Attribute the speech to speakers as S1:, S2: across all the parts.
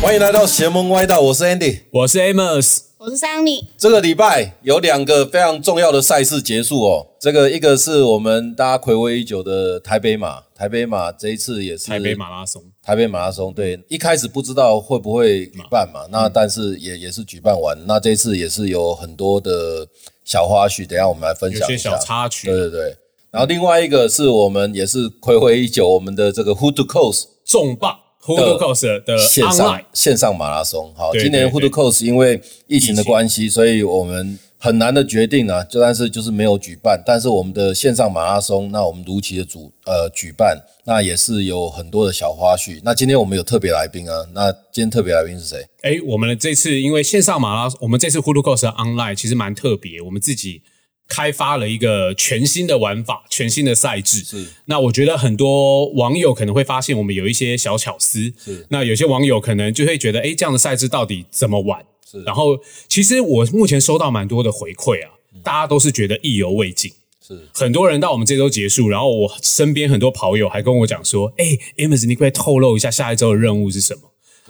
S1: 欢迎来到邪门歪道，我是 Andy。
S2: 我是 Amos，
S3: 我是桑尼，
S1: 这个礼拜有两个非常重要的赛事结束哦，这个一个是我们大家暌违已久的台北马，台北马这一次也是
S2: 台北马拉松，
S1: 台北马拉松，对，一开始不知道会不会举办
S2: 嗯
S1: 嘛，那但是也也是举办完，那这次也是有很多的小花絮，等一下我们来分
S2: 有
S1: 享
S2: 些
S1: 一下。
S2: 小插曲
S1: 对，对对，然后另外一个是我们也是暌违已久，我们的这个 Who to Coast
S2: 重磅 h o l o c o s t 的
S1: 线上
S2: 呃 online
S1: 线上马拉松。好，
S2: 对
S1: 今年
S2: 对
S1: Hood
S2: 对
S1: Coast 因为疫情的关系，所以我们很难的决定啊，就但是就是没有举办。但是我们的线上马拉松，那我们如期的主呃举办，那也是有很多的小花絮。那今天我们有特别来宾啊，那今天特别来宾是谁？
S2: 哎，我们的这次因为线上马拉松，我们这次 h o l o c o s t online 其实蛮特别，我们自己开发了一个全新的玩法，全新的赛制。
S1: 是
S2: 那我觉得很多网友可能会发现我们有一些小巧思，
S1: 是
S2: 那有些网友可能就会觉得，哎，这样的赛制到底怎么玩？
S1: 是
S2: 然后其实我目前收到蛮多的回馈啊，大家都是觉得意犹未尽。
S1: 嗯是
S2: 很多人到我们这周结束，然后我身边很多跑友还跟我讲说：“哎、a m o s 你可不可以透露一下下一周的任务是什么？”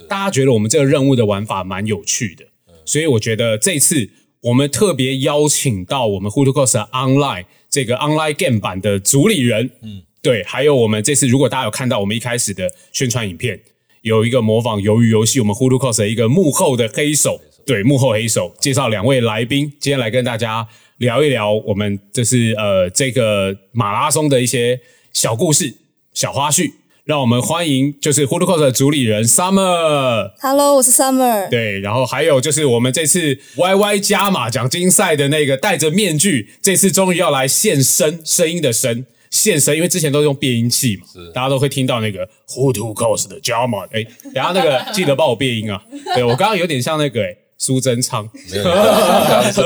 S2: 大家觉得我们这个任务的玩法蛮有趣的，嗯所以我觉得这次我们特别邀请到我们 h o o t o c o s Online 这个 Online Game 版的主理人，嗯，对，还有我们这次如果大家有看到我们一开始的宣传影片，有一个模仿鱿鱼游戏我们 h o o t o c o s 的一个幕后的黑手，对，幕后黑手介绍两位来宾，今天来跟大家聊一聊我们就是呃这个马拉松的一些小故事、小花絮。让我们欢迎就是 h o o t o c o s 的主理人 Summer。
S3: ，Hello，我是 Summer，
S2: 对，然后还有就是我们这次 YY 加码奖金赛的那个戴着面具，这次终于要来现身，声音的声。现身，因为之前都是用变音器嘛，大家都会听到那个 Who to Cost 的 Jama，哎，等一下那个记得帮我变音啊！对我刚刚有点像那个哎苏贞昌，
S1: 没有没有刚刚是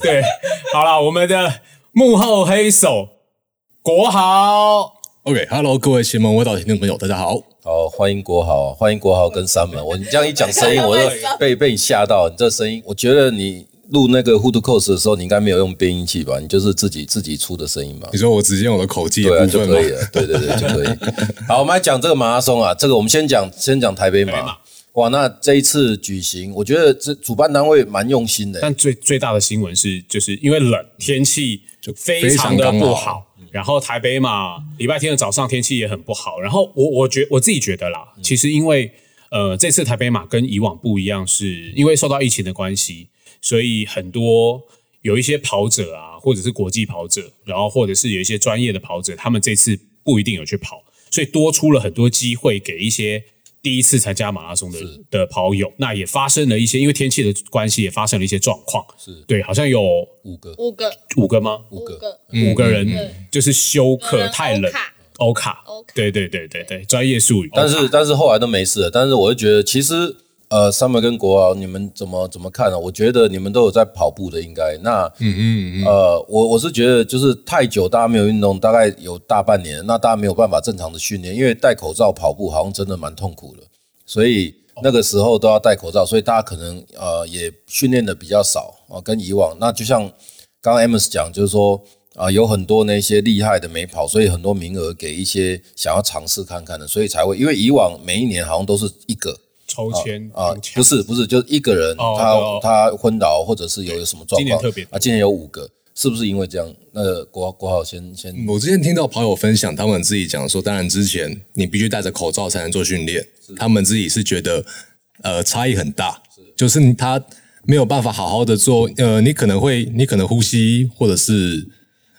S2: 对，好了，我们的幕后黑手国豪，
S4: OK，Hello，、各位邪门歪道的听众朋友，大家好。
S1: 好，欢迎国豪，欢迎国豪跟三门。我你这样一讲声音，我就被被你吓到。你这声音，我觉得你录那个 Who to Coast 的时候，你应该没有用变音器吧？你就是自己自己出的声音吧？
S4: 你说我只用我的口技的
S1: 对啊，
S4: 部
S1: 就
S4: 分
S1: 可以
S4: 吗？
S1: 了。对对对，就可以。好，我们来讲这个马拉松啊，这个我们先讲先讲台北
S2: 台北
S1: 马
S2: 马。
S1: 哇，那这一次举行，我觉得这主办单位蛮用心的。
S2: 但最最大的新闻是，就是因为冷天气就非
S4: 非
S2: 常
S4: 常
S2: 的
S4: 刚
S2: 不
S4: 好
S2: 好，然后台北嘛，礼拜天的早上天气也很不好。然后我我觉我自己觉得
S4: 嗯
S2: 啦，其实因为呃这次台北马跟以往不一样是，因为受到疫情的关系，所以很多有一些跑者啊，或者是国际跑者，然后或者是有一些专业的跑者，他们这次不一定有去跑，所以多出了很多机会给一些第一次参加马拉松的的跑友。那也发生了一些，因为天气的关系，也发生了一些状况。
S1: 是
S2: 对，好像有
S1: 五个，
S3: 五个，
S2: 五个吗？
S1: 五个，
S4: 嗯
S2: 五个
S1: 嗯
S2: 人就是休
S3: 有
S2: 克
S3: 人
S2: 太冷
S3: 欧，卡
S2: 欧卡
S3: 欧卡，
S2: 对对对对对，专业术语。
S1: 但
S2: 欧
S1: 是
S2: 卡
S1: 但是后来都没事了。但是我就觉得，其实呃，summer 跟国豪，你们怎么怎么看呢、啊我觉得你们都有在跑步的，应该那嗯嗯呃，我我是觉得就是太久大家没有运动，大概有大半年，那大家没有办法正常的训练，因为戴口罩跑步好像真的蛮痛苦的，所以。那个时候都要戴口罩，所以大家可能呃也训练的比较少啊、跟以往。那就像刚刚 Amos 讲，就是说啊、有很多那些厉害的没跑，所以很多名额给一些想要尝试看看的，所以才会，因为以往每一年好像都是一个
S2: 抽签
S1: 啊、
S2: 中枪
S1: 不是不是，就是一个人他、
S2: 哦哦
S1: 他昏倒或者是有什么状况，
S2: 今年特别多
S1: 啊，今年有五个，是不是因为这样？那个国国浩先先、
S2: 嗯
S4: 我之前听到跑友分享，他们自己讲说，当然之前你必须戴着口罩才能做训练，他们自己是觉得呃差异很大，就是他没有办法好好的做，呃，你可能会你可能呼吸或者是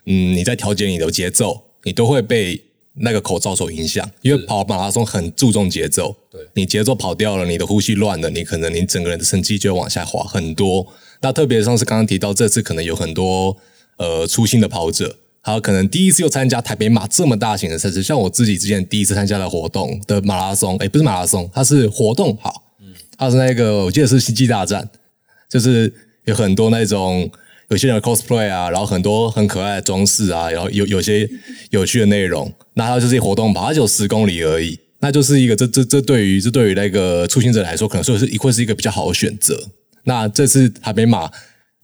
S4: 嗯你在调节你的节奏，你都会被那个口罩所影响，因为跑马拉松很注重节奏，
S1: 对
S4: 你节奏跑掉了，你的呼吸乱了，你可能你整个人的成绩就会往下滑很多。那特别像是刚刚提到，这次可能有很多呃初心的跑者，还有可能第一次又参加台北马这么大型的赛事，像我自己之前第一次参加的活动的马拉松，诶，不是马拉松，它是活动跑，它是那个我记得是星际大战，就是有很多那种有些人 cosplay 啊，然后很多很可爱的装饰啊，然后有有些有趣的内容。那它就是一个活动跑，它只有十公里而已。那就是一个这这这对于这对于那个初心者来说，可能说是会是一个比较好的选择。那这次台北马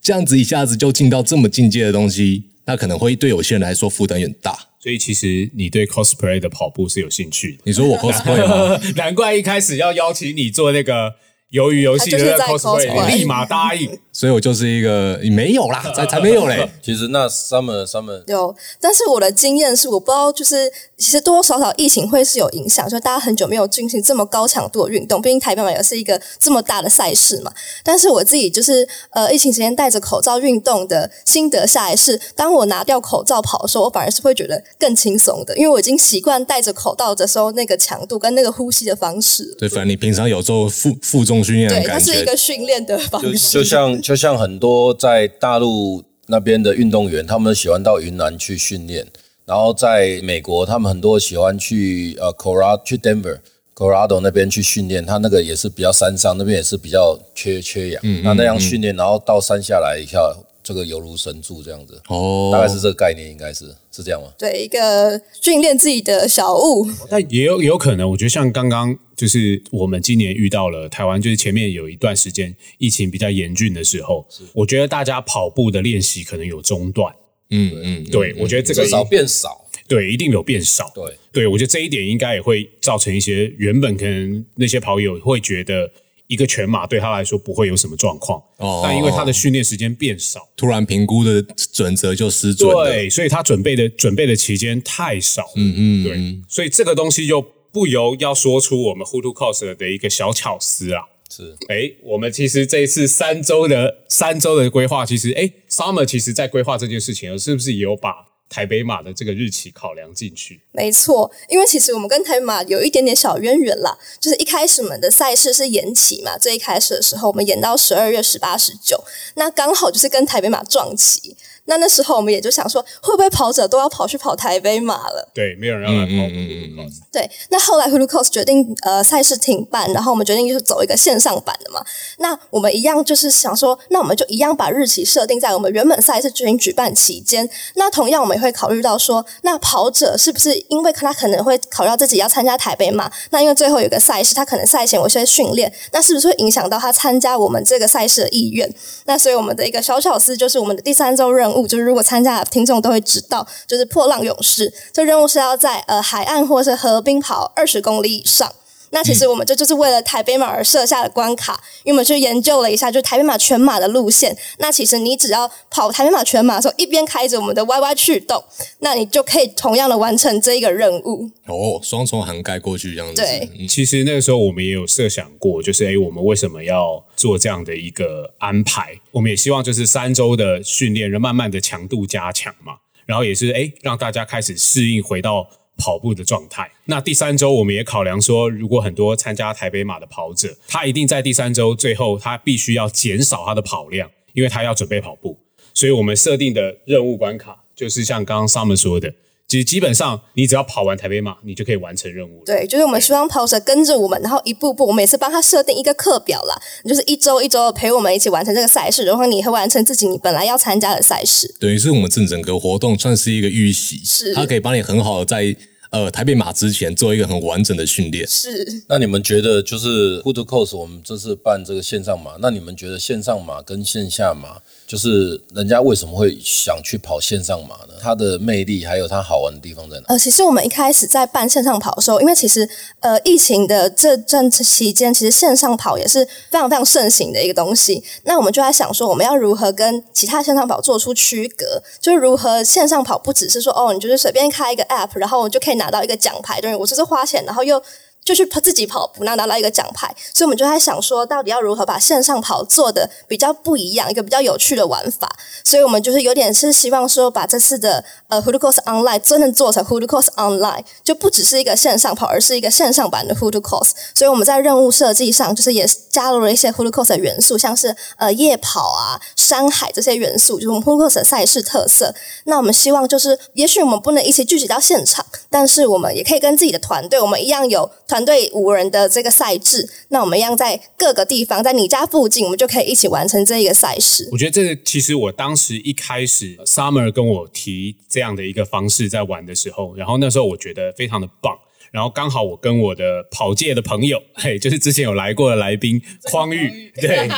S4: 这样子一下子就进到这么进阶的东西，那可能会对有些人来说负担有点大。
S2: 所以其实你对 cosplay 的跑步是有兴趣 的。
S4: 你 说我 cosplay 吗？
S2: 难怪一开始要邀请你做那个鱿鱼游戏的
S3: 他就是
S2: 那个
S3: 在
S2: cosplay，
S3: cosplay
S2: 你立马答应。
S4: 所以我就是一个没有 啦，才才没有嘞。
S1: 其实那 summer summer
S3: 有，但是我的经验是，我不知道，就是其实多多少少疫情会是有影响，就大家很久没有进行这么高强度的运动，毕竟台北马也是一个这么大的赛事嘛。但是我自己就是呃，疫情期间戴着口罩运动的心得下来是，当我拿掉口罩跑的时候，我反而是会觉得更轻松的，因为我已经习惯戴着口罩的时候那个强度跟那个呼吸的方式了。
S4: 对，反正你平常有做负负重训练的
S3: 对，它
S4: 感
S3: 是一
S4: 觉，
S3: 个训练的方
S1: 就
S3: 式。
S1: 就像就像很多在大陆那边的运动员，他们喜欢到云南去训练，然后在美国，他们很多喜欢去呃 Colorado 去 Denver。Colorado 那边去训练，他那个也是比较山上，那边也是比较缺缺氧。那那样训练，然后到山下来一下，这个犹如神助这样子，
S4: 哦，
S1: 大概是这个概念，应该是是这样吗？
S3: 对一个训练自己的小物，
S2: 但也有也有可能，我觉得像刚刚就是我们今年遇到了台湾，就是前面有一段时间疫情比较严峻的时候，我觉得大家跑步的练习可能有中断。
S4: 嗯嗯，
S2: 对，我觉得这个
S1: 至少变少。
S2: 对一定有变少。
S1: 对，
S2: 对我觉得这一点应该也会造成一些原本可能那些跑友会觉得一个全马对他来说不会有什么状况，
S4: 哦
S2: 但因为他的训练时间变少，
S4: 突然评估的准则就失准了。
S2: 对，所以他准备的准备的期间太少。嗯嗯，对，所以这个东西就不由要说出我们 Who to Cos 的一个小巧思啦。
S1: 是
S2: 哎，我们其实这一次三周的三周的规划，其实哎，Summer 其实在规划这件事情，是不是也有把台北马的这个日期考量进去？
S3: 没错，因为其实我们跟台马有一点点小渊源啦，就是一开始我们的赛事是延期嘛，最一开始的时候我们延到十二月十八、十九，那刚好就是跟台北马撞齐。那那时候我们也就想说，会不会跑者都要跑去跑台北马了？
S2: 对，没有人要来跑步。
S4: 嗯嗯嗯嗯
S3: 对，那后来 Hulu Cos 决定呃赛事停办，然后我们决定就是走一个线上版的嘛。那我们一样就是想说，那我们就一样把日期设定在我们原本赛事决定举办期间。那同样我们也会考虑到说，那跑者是不是因为他可能会考虑到自己要参加台北马，那因为最后有一个赛事，他可能赛前有一些训练，那是不是会影响到他参加我们这个赛事的意愿？那所以我们的一个小巧思就是我们的第三周任务，就是如果参加的听众都会知道，就是破浪勇士这任务是要在呃海岸或是河滨跑二十公里以上。那其实我们这就是为了台北马而设下的关卡，因为我们去研究了一下，就是台北马全马的路线。那其实你只要跑台北马全马的时候，一边开着我们的 YY 驱动，那你就可以同样的完成这一个任务。
S4: 哦，双重涵盖过去这样子。
S3: 对
S4: 嗯
S2: 其实那个时候我们也有设想过，就是诶，我们为什么要做这样的一个安排？我们也希望就是三周的训练，慢慢的强度加强嘛，然后也是诶，让大家开始适应回到跑步的状态。那第三周我们也考量说，如果很多参加台北马的跑者，他一定在第三周最后他必须要减少他的跑量，因为他要准备跑步。所以我们设定的任务关卡就是像刚刚 Summer 说的，其实基本上你只要跑完台北马，你就可以完成任务了。
S3: 对，就是我们希望跑者跟着我们，然后一步步，我们也是帮他设定一个课表啦，就是一周一周地陪我们一起完成这个赛事，然后你会完成自己你本来要参加的赛事。
S4: 等于是我们这整个活动算是一个预习，
S3: 是
S4: 它可以帮你很好的在呃台北马之前做一个很完整的训练。
S3: 是，
S1: 那你们觉得就是 Hood Cos 我们这次办这个线上马，那你们觉得线上马跟线下马，就是人家为什么会想去跑线上马呢？它的魅力还有它好玩的地方在哪？
S3: 呃，其实我们一开始在办线上跑的时候，因为其实呃疫情的这阵期间，其实线上跑也是非常非常盛行的一个东西。那我们就在想说，我们要如何跟其他线上跑做出区隔，就是如何线上跑不只是说哦，你就是随便开一个 app，然后我就可以拿到一个奖牌，对，我就是花钱，然后又就去自己跑步，那拿到一个奖牌，所以我们就在想说，到底要如何把线上跑做的比较不一样，一个比较有趣的玩法。所以我们就是有点是希望说，把这次的呃 h o o d Course Online 真的做成 h o o d Course Online，就不只是一个线上跑，而是一个线上版的 h o o d Course。所以我们在任务设计上，就是也加入了一些 h o o d Course 的元素，像是呃夜跑啊、山海这些元素，就是我们 h o o d Course 的赛事特色。那我们希望就是，也许我们不能一起聚集到现场，但是我们也可以跟自己的团队，我们一样有团队五人的这个赛制。那我们一样在各个地方，在你家附近，我们就可以一起完成这一个赛事。
S2: 我觉得这个其实我当时一开始呃 Summer 跟我提这样的一个方式在玩的时候，然后那时候我觉得非常的棒。然后刚好我跟我的跑界的朋友，嘿，就是之前有来过的来宾匡玉，对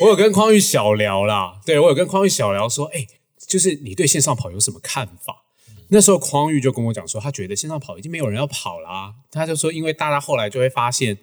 S2: 我有跟匡玉小聊啦，对我有跟匡玉小聊说，哎，就是你对线上跑有什么看法？那时候匡玉就跟我讲说，他觉得线上跑已经没有人要跑啦、他就说，因为大家后来就会发现，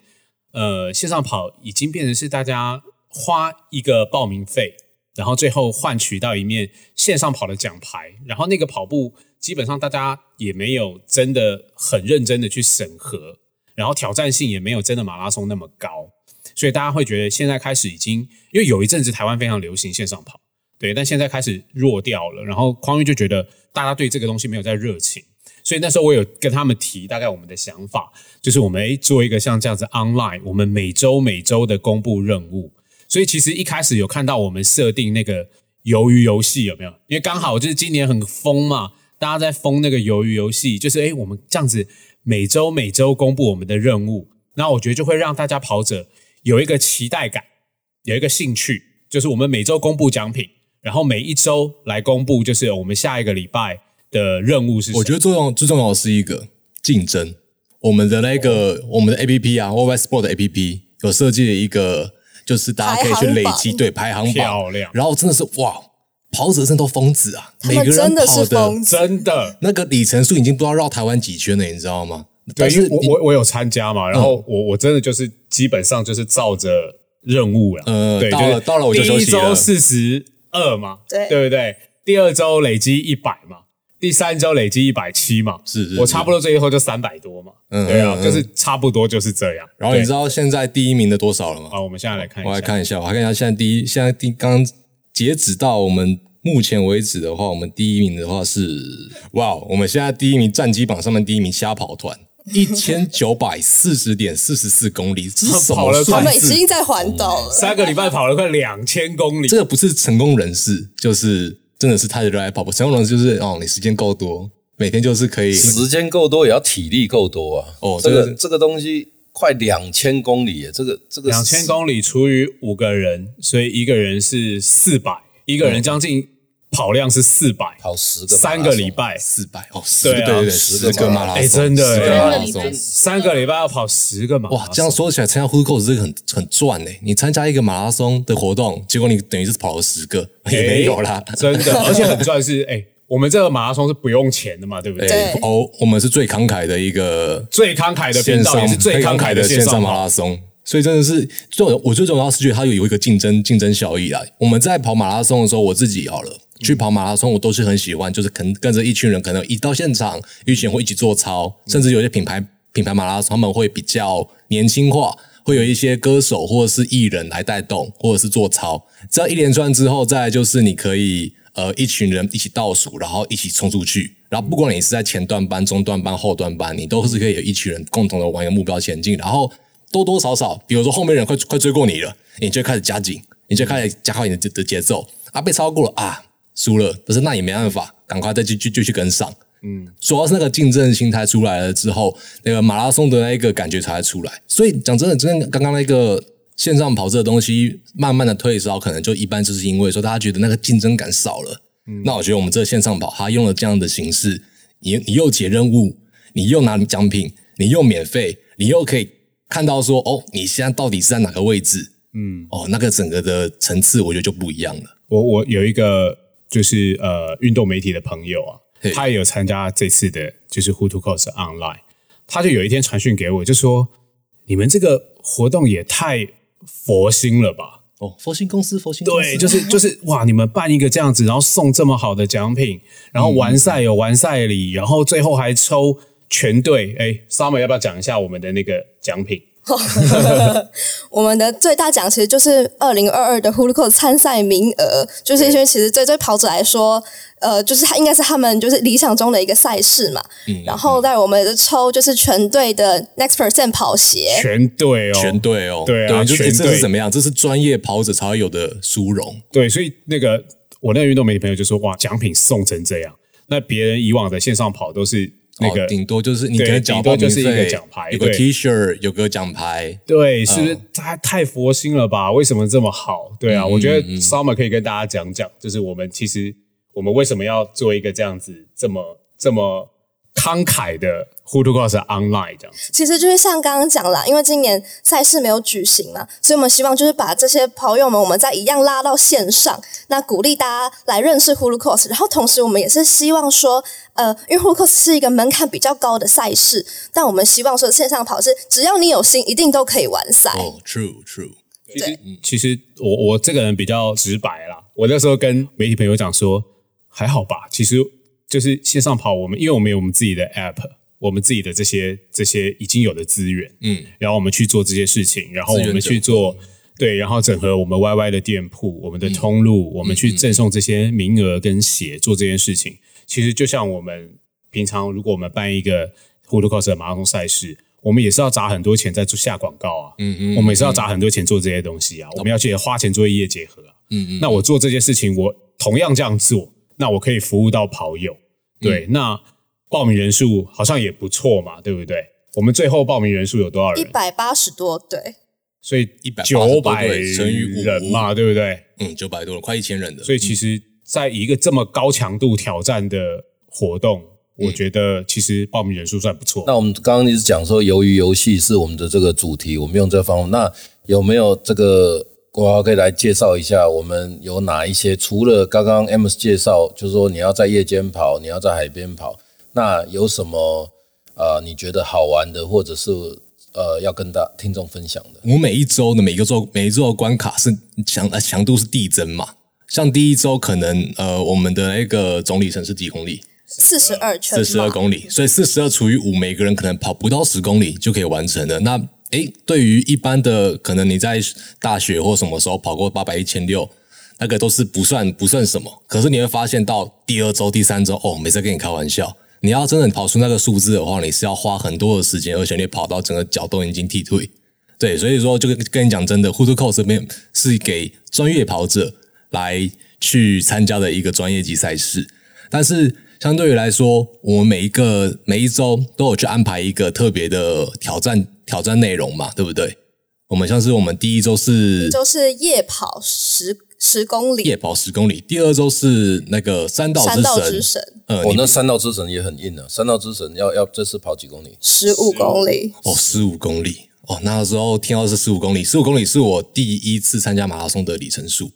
S2: 呃，线上跑已经变成是大家花一个报名费，然后最后换取到一面线上跑的奖牌，然后那个跑步基本上大家也没有真的很认真的去审核，然后挑战性也没有真的马拉松那么高，所以大家会觉得现在开始已经，因为有一阵子台湾非常流行线上跑。对，但现在开始弱掉了。然后匡玉就觉得大家对这个东西没有在热情，所以那时候我有跟他们提大概我们的想法，就是我们诶做一个像这样子 online，我们每周每周的公布任务。所以其实一开始有看到我们设定那个鱿鱼游戏有没有？因为刚好就是今年很疯嘛，大家在疯那个鱿鱼游戏，就是哎诶我们这样子每周每周公布我们的任务，那我觉得就会让大家跑者有一个期待感。有一个兴趣，就是我们每周公布奖品，然后每一周来公布，就是我们下一个礼拜的任务是什么。
S4: 我觉得最重要最重要的是一个竞争。我们的那
S3: 哦
S4: 个我们的 A P P 啊 o y Sport 的 A P P 有设计了一个，就是大家可以去累积
S3: 排行榜
S4: 对排行榜，
S2: 漂亮
S4: 然后真的是哇，跑者真的都疯子啊，
S3: 他
S4: 每
S3: 们
S4: 个人
S3: 真的
S4: 跑
S3: 是
S4: 的
S3: 疯子，
S2: 真的，
S4: 那个里程数已经不知道绕台湾几圈了，你知道吗？
S2: 对，
S4: 但
S2: 因为
S4: 是
S2: 我
S4: 你嗯
S2: 我我有参加嘛，然后我我真的就是基本上就是照着任务了。
S4: 呃
S2: 对，
S4: 到
S2: 就是
S4: 了到了我就休息
S2: 第一周
S4: 了
S2: 四十二嘛，
S3: 对
S2: 对不对？第二周累积一百嘛，第三周累积一百七嘛，
S4: 是是
S2: 我差不多最后就三百多嘛，
S4: 嗯
S2: 对啊，
S4: 嗯嗯
S2: 就是差不多就是这样。
S4: 然后你
S2: 对啊
S4: 知道现在第一名的多少
S3: 哦
S4: 了吗？
S2: 好，我们现在来看一下，
S4: 我来看一下，我来看一下现在第一，现在第刚截止到我们目前为止的话，我们第一名的话是哇，我们现在第一名战绩榜上面第一名瞎跑 团一千九百四十点四十四公里，这是什
S2: 跑了
S4: 么
S3: 他
S4: 算
S2: 快
S3: 们已
S4: 式
S3: 经？在环岛了。
S2: 三个礼拜跑了快两千公里
S4: 这，个不是成功人士，就是真的是太热爱跑步。成功人士就是哦，你时间够多，每天就是可以
S1: 时间够多，也要体力够多啊。
S4: 哦
S1: 这
S4: 这个
S1: 个这个东西快两千公里耶，这个这个
S2: 两千公里除以五个人，所以一个人是四百，一个
S4: 嗯
S2: 人将近跑量是四百，
S1: 跑十个马拉松
S2: 三个礼，拜，
S4: 四百哦，十个
S2: 对啊
S4: 对对对，
S1: 十
S4: 十
S1: 个
S4: 个马拉松，
S2: 哎真的
S4: 十个
S2: 哎
S4: 马
S5: 三个
S4: 拉
S5: 礼拜
S4: 松。
S2: 三个礼拜要跑十个马拉松，
S4: 哇，这样说起来，参加 h o o d o 这个很很赚哎、你参加一个马拉松的活动，结果你等于是跑了十个，也没有啦。
S2: 哎真的，而且很赚是，哎，我们这个马拉松是不用钱的嘛，对不对？
S3: 对
S4: 哦，我们是最慷慨的一个
S2: 最慷慨的
S4: 线
S2: 频道
S4: 上
S2: 也是最慷慨
S4: 的
S2: 的
S4: 线
S2: 线
S4: 上
S2: 上
S4: 马
S2: 跑，
S4: 拉松，所以真的是，最我最重要是觉得它有有一个竞争竞争效益啦。我们在跑马拉松的时候，我自己好了。去跑马拉松，我都是很喜欢，就是可能跟着一群人，可能一到现场，一群人会一起做操，甚至有些品牌品牌马拉松，他们会比较年轻化，会有一些歌手或者是艺人来带动，或者是做操。这样一连串之后，再来就是你可以呃一群人一起倒数，然后一起冲出去。然后不管你是在前段班、中段班、后段班，你都是可以有一群人共同的往一个目标前进。然后多多少少，比如说后面人快快追过你了，你就开始加紧，你就开始加快你的的节奏啊，被超过了啊，输了，但是那也没办法，赶快再继续继续跟上。主要是那个竞争心态出来了之后，那个马拉松的那一个感觉才会出来。所以讲真的，真的刚刚那个线上跑这个东西，慢慢的退烧，可能就一般就是因为说大家觉得那个竞争感少了。那我觉得我们这个线上跑，它用了这样的形式，你你又解任务，你又拿奖品，你又免费，你又可以看到说哦，你现在到底是在哪个位置？嗯，哦，那个整个的层次，我觉得就不一样了。
S2: 我我有一个就是呃运动媒体的朋友啊
S4: 嘿，
S2: 他也有参加这次的就是 Who to Cos Online，他就有一天传讯给我，就说你们这个活动也太佛心了吧？
S4: 哦，佛心公司，佛心公司，
S2: 对，就是就是哇，你们办一个这样子，然后送这么好的奖品，然后完赛有完赛礼，然后最后还抽全队。哎，Summer 要不要讲一下我们的那个奖品？
S3: 我们的最大奖其实就是二零二二的 h u l u c o 参赛名额，就是因为其实对对跑者来说，呃，就是他应该是他们就是理想中的一个赛事嘛。然后在我们的抽就是全队的 Next Percent 跑鞋，
S2: 全队哦，
S4: 全队哦，
S2: 对啊
S4: 就是
S2: 全队
S4: 这是怎么样？这是专业跑者才会有的殊荣，
S2: 对，所以那个我那个运动媒体朋友就说，哇，奖品送成这样，那别人以往的线上跑都是那个、
S4: 哦顶多就是你可
S2: 对
S4: 能缴
S2: 顶多
S4: 报名
S2: 就是一
S4: 费
S2: 个奖牌
S4: 有个
S2: 对
S4: T 恤，有个奖牌。
S2: 对，是不是他太佛心了吧？为什么这么好？对啊，我觉得 Summer 可以跟大家讲讲，就是我们其实我们为什么要做一个这样子这么这么慷慨的 h u t u c o s Online 这样子。
S3: 其实就是像刚刚讲啦，因为今年赛事没有举行嘛，所以我们希望就是把这些跑友们，我们再一样拉到线上，那鼓励大家来认识 Hulu Cross。然后同时我们也是希望说，呃，因为 Hulu Cross 是一个门槛比较高的赛事，但我们希望说线上跑是只要你有心，一定都可以完赛。
S4: 哦，true true，
S2: 其实，其实我我这个人比较直白啦。我那时候跟媒体朋友讲说，还好吧。其实就是线上跑，我们因为我们有我们自己的 app，我们自己的这些这些已经有的资源，
S4: 嗯，
S2: 然后我们去做这些事情，然后
S4: 资
S2: 我
S4: 源
S2: 们去
S4: 整合
S2: 做对，然后整合我们 YY 的店铺、我们
S4: 嗯
S2: 的通路，我们去赠送这些名额跟鞋，做这件事情。其实就像我们平常，如果我们办一个 h u l u c o s 的马拉松赛事，我们也是要砸很多钱在做下广告啊，嗯嗯，我们也是要砸很多钱做这些东西啊，我们要去花钱做业结合啊，
S4: 嗯嗯，
S2: 那我做这件事情，我同样这样做，那我可以服务到跑友。对，
S4: 嗯
S2: 那报名人数好像也不错嘛，对不对？我们最后报名人数有多少
S3: 一
S2: 人？
S3: 百八十多对，
S2: 所以
S4: 180
S2: 九
S4: 多
S2: 百
S4: 对乘以五
S2: 人嘛，对不对？
S4: 嗯，九百多人，快一千人的，
S2: 所以其实，在一个这么高强度挑战的活动，
S4: 嗯
S2: 我觉得其实报名人数算不错。
S1: 那我们刚刚一直讲说，由于游戏是我们的这个主题，我们用这方面，那有没有这个国豪可以来介绍一下，我们有哪一些？除了刚刚 M 介绍，就是说你要在夜间跑，你要在海边跑，那有什么呃你觉得好玩的，或者是呃要跟大听众分享的？
S4: 我每一周的每一个周每一周的关卡是强呃强度是递增嘛。像第一周可能呃我们的那个总里程是几公里？
S3: 四十二圈
S4: 四十
S3: 嘛，
S4: 二公里，所以四十二除以五，每个人可能跑不到十公里就可以完成了。那诶，对于一般的可能你在大学或什么时候跑过八百、一千六，那个都是不算不算什么。可是你会发现到第二周、第三周，哦，没在跟你开玩笑。你要真的跑出那个数字的话，你是要花很多的时间，而且你跑到整个脚都已经剃退。对，所以说就跟跟你讲真的 h o o t c o 这边是给专业跑者来去参加的一个专业级赛事，但是相对于来说，我们每一个每一周都有去安排一个特别的挑战挑战内容嘛，对不对？我们像是我们第一周是
S3: 就是夜跑十十公
S4: 夜
S3: 里，
S4: 跑十公里，第二周是那个山道
S3: 山
S4: 之
S3: 道
S4: 神，
S3: 之神
S4: 呃，
S1: 我、
S4: 你
S1: 哦那三道之神也很硬啊，三道之神要要这次跑几公里？
S3: 十五公里，
S4: 哦，十五公里哦，那时候听到是十五公里，十五公里是我第一次参加马拉松的里程数。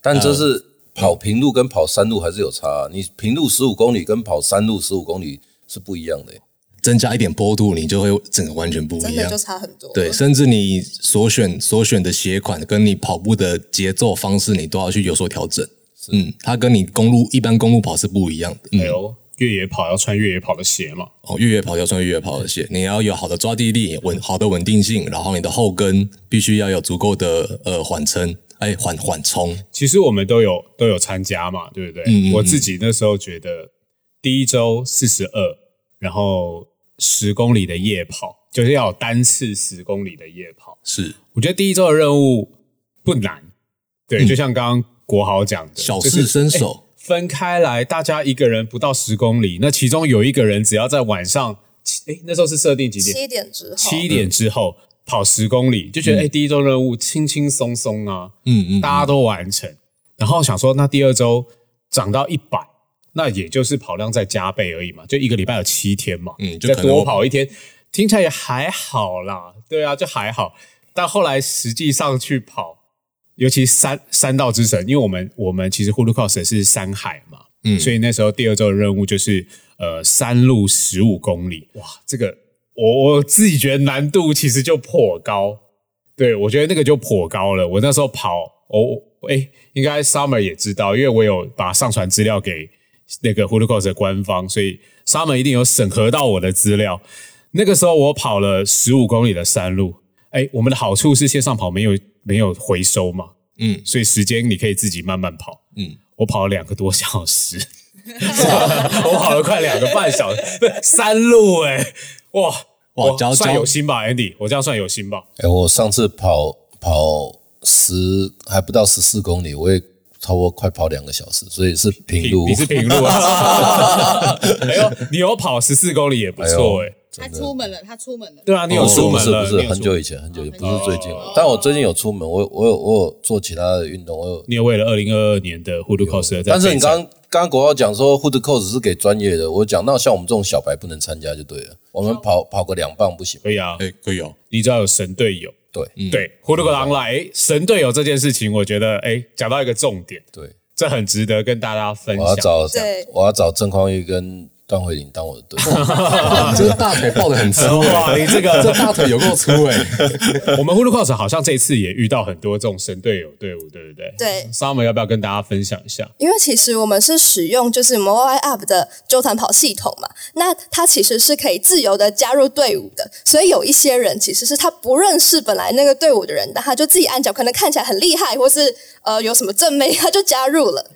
S1: 但这是跑平路跟跑山路还是有差啊、你平路十五公里跟跑山路十五公里是不一样的、欸
S4: 增加一点坡度，你就会整个完全不
S3: 真
S4: 一
S3: 的
S4: 样
S3: 就。差很多。
S4: 对，甚至你所选所选的鞋款跟你跑步的节奏方式，你都要去有所调整。嗯，它跟你公路一般公路跑是不一样的。
S2: 还
S4: 嗯，
S2: 有哎越野跑要穿越野跑的鞋嘛，
S4: 哦，越野跑要穿越野跑的鞋，你要有好的抓地力、稳好的稳定性，然后你的后跟必须要有足够的呃缓撑，哎，缓缓冲。
S2: 其实我们都有都有参加嘛，对不对？
S4: 嗯嗯嗯
S2: 我自己那时候觉得第一周四十二，然后十公里的夜跑，就是要有单次十公里的夜跑。
S4: 是
S2: 我觉得第一周的任务不难，对，就像刚刚国豪讲的，
S4: 嗯小
S2: 就是
S4: 试身手，
S2: 分开来，大家一个人不到十公里，那其中有一个人只要在晚上，哎，那时候是设定几点？
S3: 七点之后，
S2: 七点之后跑十公里，就觉得哎、诶第一周任务轻轻松松啊，
S4: 嗯嗯，
S2: 大家都完成。然后想说，那第二周涨到一百，那也就是跑量再加倍而已嘛，就一个礼拜有七天嘛，
S4: 嗯就
S2: 再
S4: 可能
S2: 多跑一天，听起来也还好啦，对啊，就还好。但后来实际上去跑，尤其三三道之神，因为我们我们其实 Hulu Cross 是山海嘛，
S4: 嗯
S2: 所以那时候第二周的任务就是呃山路十五公里，哇，这个我我自己觉得难度其实就颇高，对我觉得那个就颇高了。我那时候跑，我我哎，应该 Summer 也知道，因为我有把上传资料给那个 Hulu Cross 的官方，所以 Summer 一定有审核到我的资料。那个时候我跑了十五公里的山路，哎，我们的好处是线上跑没有没有回收嘛，
S4: 嗯
S2: 所以时间你可以自己慢慢跑。
S4: 嗯，
S2: 我跑了两个多小时， 我跑了快两个半小时，不是山路哎、哇
S4: 哇
S2: 我
S4: 交
S2: 算
S4: 交
S2: 有心吧，Andy，我这样算有心吧？
S1: 哎、我上次跑跑十还不到十四公里，我也差不多快跑两个小时，所以是平路。哦
S2: 你是平路 啊？哎呦，你有跑十四公里也不错哎、
S5: 他出门了，他出门了。
S2: 对啊，你有
S1: 不哦是
S2: 出
S1: 不
S2: 门
S1: 是
S2: 了，
S1: 不
S2: 你
S1: 是
S2: 有
S1: 很
S2: 出
S1: 久以前很久以前，不是最近
S5: 哦，
S1: 但我最近有出门，我有我有我有做其他的运动，我有。
S2: 你有为了二零二二年的 Hulu Cost，
S1: 但是你刚刚刚刚国奥讲说 hood course 是给专业的，我讲到像我们这种小白不能参加就对了，我们跑跑个两棒不行。
S2: 可以啊，
S4: 哎，可以哦。
S2: 你只要有神队友，
S1: 对
S2: 对，胡德格朗来诶神队友这件事情，我觉得哎，讲到一个重点，
S1: 对，
S2: 这很值得跟大家分
S1: 我要
S2: 享。
S1: 找
S3: 对
S1: 我要找郑匡玉跟段慧玲当我的 队 友。
S4: 这个大腿抱得 很粗
S2: 哇，你这
S4: 这
S2: 个，
S4: 大腿有够粗 哎、
S2: 我们 Hulu Cross 好像这次也遇到很多这种神队友队伍，对不对？
S3: 对
S2: ，Summer 要不要跟大家分享一下？
S3: 因为其实我们是使用就是我们 YY App 的纠团跑系统嘛，那它其实是可以自由的加入队伍的，所以有一些人其实是他不认识本来那个队伍的人，但他就自己按脚，可能看起来很厉害，或是呃有什么正妹，他就加入了，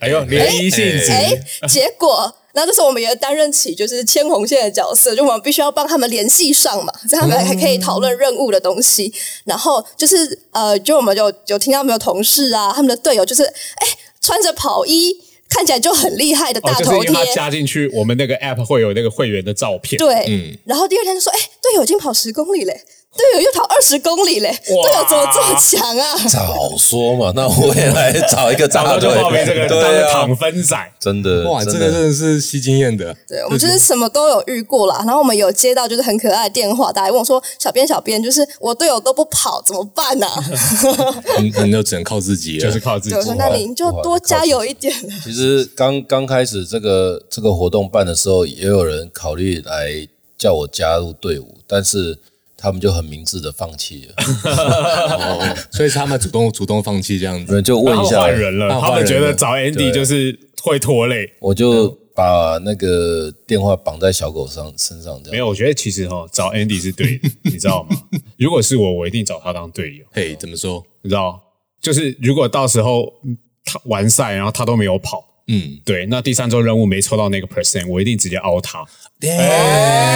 S2: 哎呦，联谊性质，
S3: 哎，结果。然后这时候我们也担任起就是牵红线的角色，就我们必须要帮他们联系上嘛，这样他们还可
S2: 哦
S3: 以讨论任务的东西。然后就是呃，就我们有有听到我们有同事啊，他们的队友就是哎穿着跑衣，看起来就很厉害的
S2: 哦
S3: 大，
S2: 就是
S3: 头
S2: 因为
S3: 贴，
S2: 它加进去，我们那个 App 会有那个会员的照片，
S3: 对，然后第二天就说哎队友已经跑十公里嘞。队友又跑二十公里嘞！队
S2: 哇
S3: 友怎么这么强啊？
S1: 早说嘛，那我也来找一个
S2: 早
S1: 大
S2: 上
S1: 队
S2: 就报名这个当
S1: 对
S2: 个
S1: 啊
S2: 躺，分仔，
S1: 真的
S4: 哇，这
S1: 真
S4: 个
S1: 的
S4: 真的是吸经验的。
S3: 对，我们就是什么都有遇过啦。然后我们有接到就是很可爱的电话，大家问我说：“小编，小编，就是我队友都不跑，怎么办呢、啊
S4: 你嗯你就只能靠自己了。
S2: 就是靠？”自己
S3: 对，我。说：“那你就多加油一点。啊
S1: 其实刚刚开始这个这个活动办的时候，也有人考虑来叫我加入队伍，但是他们就很明智的放弃了，
S4: 哦，所以是他们主动主动放弃这样
S1: 所
S4: 子。
S1: 以就
S2: 然
S1: 问
S2: 后
S1: 一下
S2: 换，人了，
S4: 换
S2: 他们
S4: 人
S2: 觉得
S4: 了
S2: 找 Andy 就是会拖累。
S1: 我就把那个电话绑在小狗上身上，这
S2: 没
S1: 样。
S2: 有，我觉得其实哈，找 Andy 是对的，你知道吗？如果是我，我一定找他当队友，
S1: 哦
S4: 嘿，怎么说？
S2: 你知道？就是如果到时候嗯他完赛，然后他都没有跑，
S4: 嗯，
S2: 对，那第三周任务没抽到那个 percent，我一定直接凹他，
S4: 哎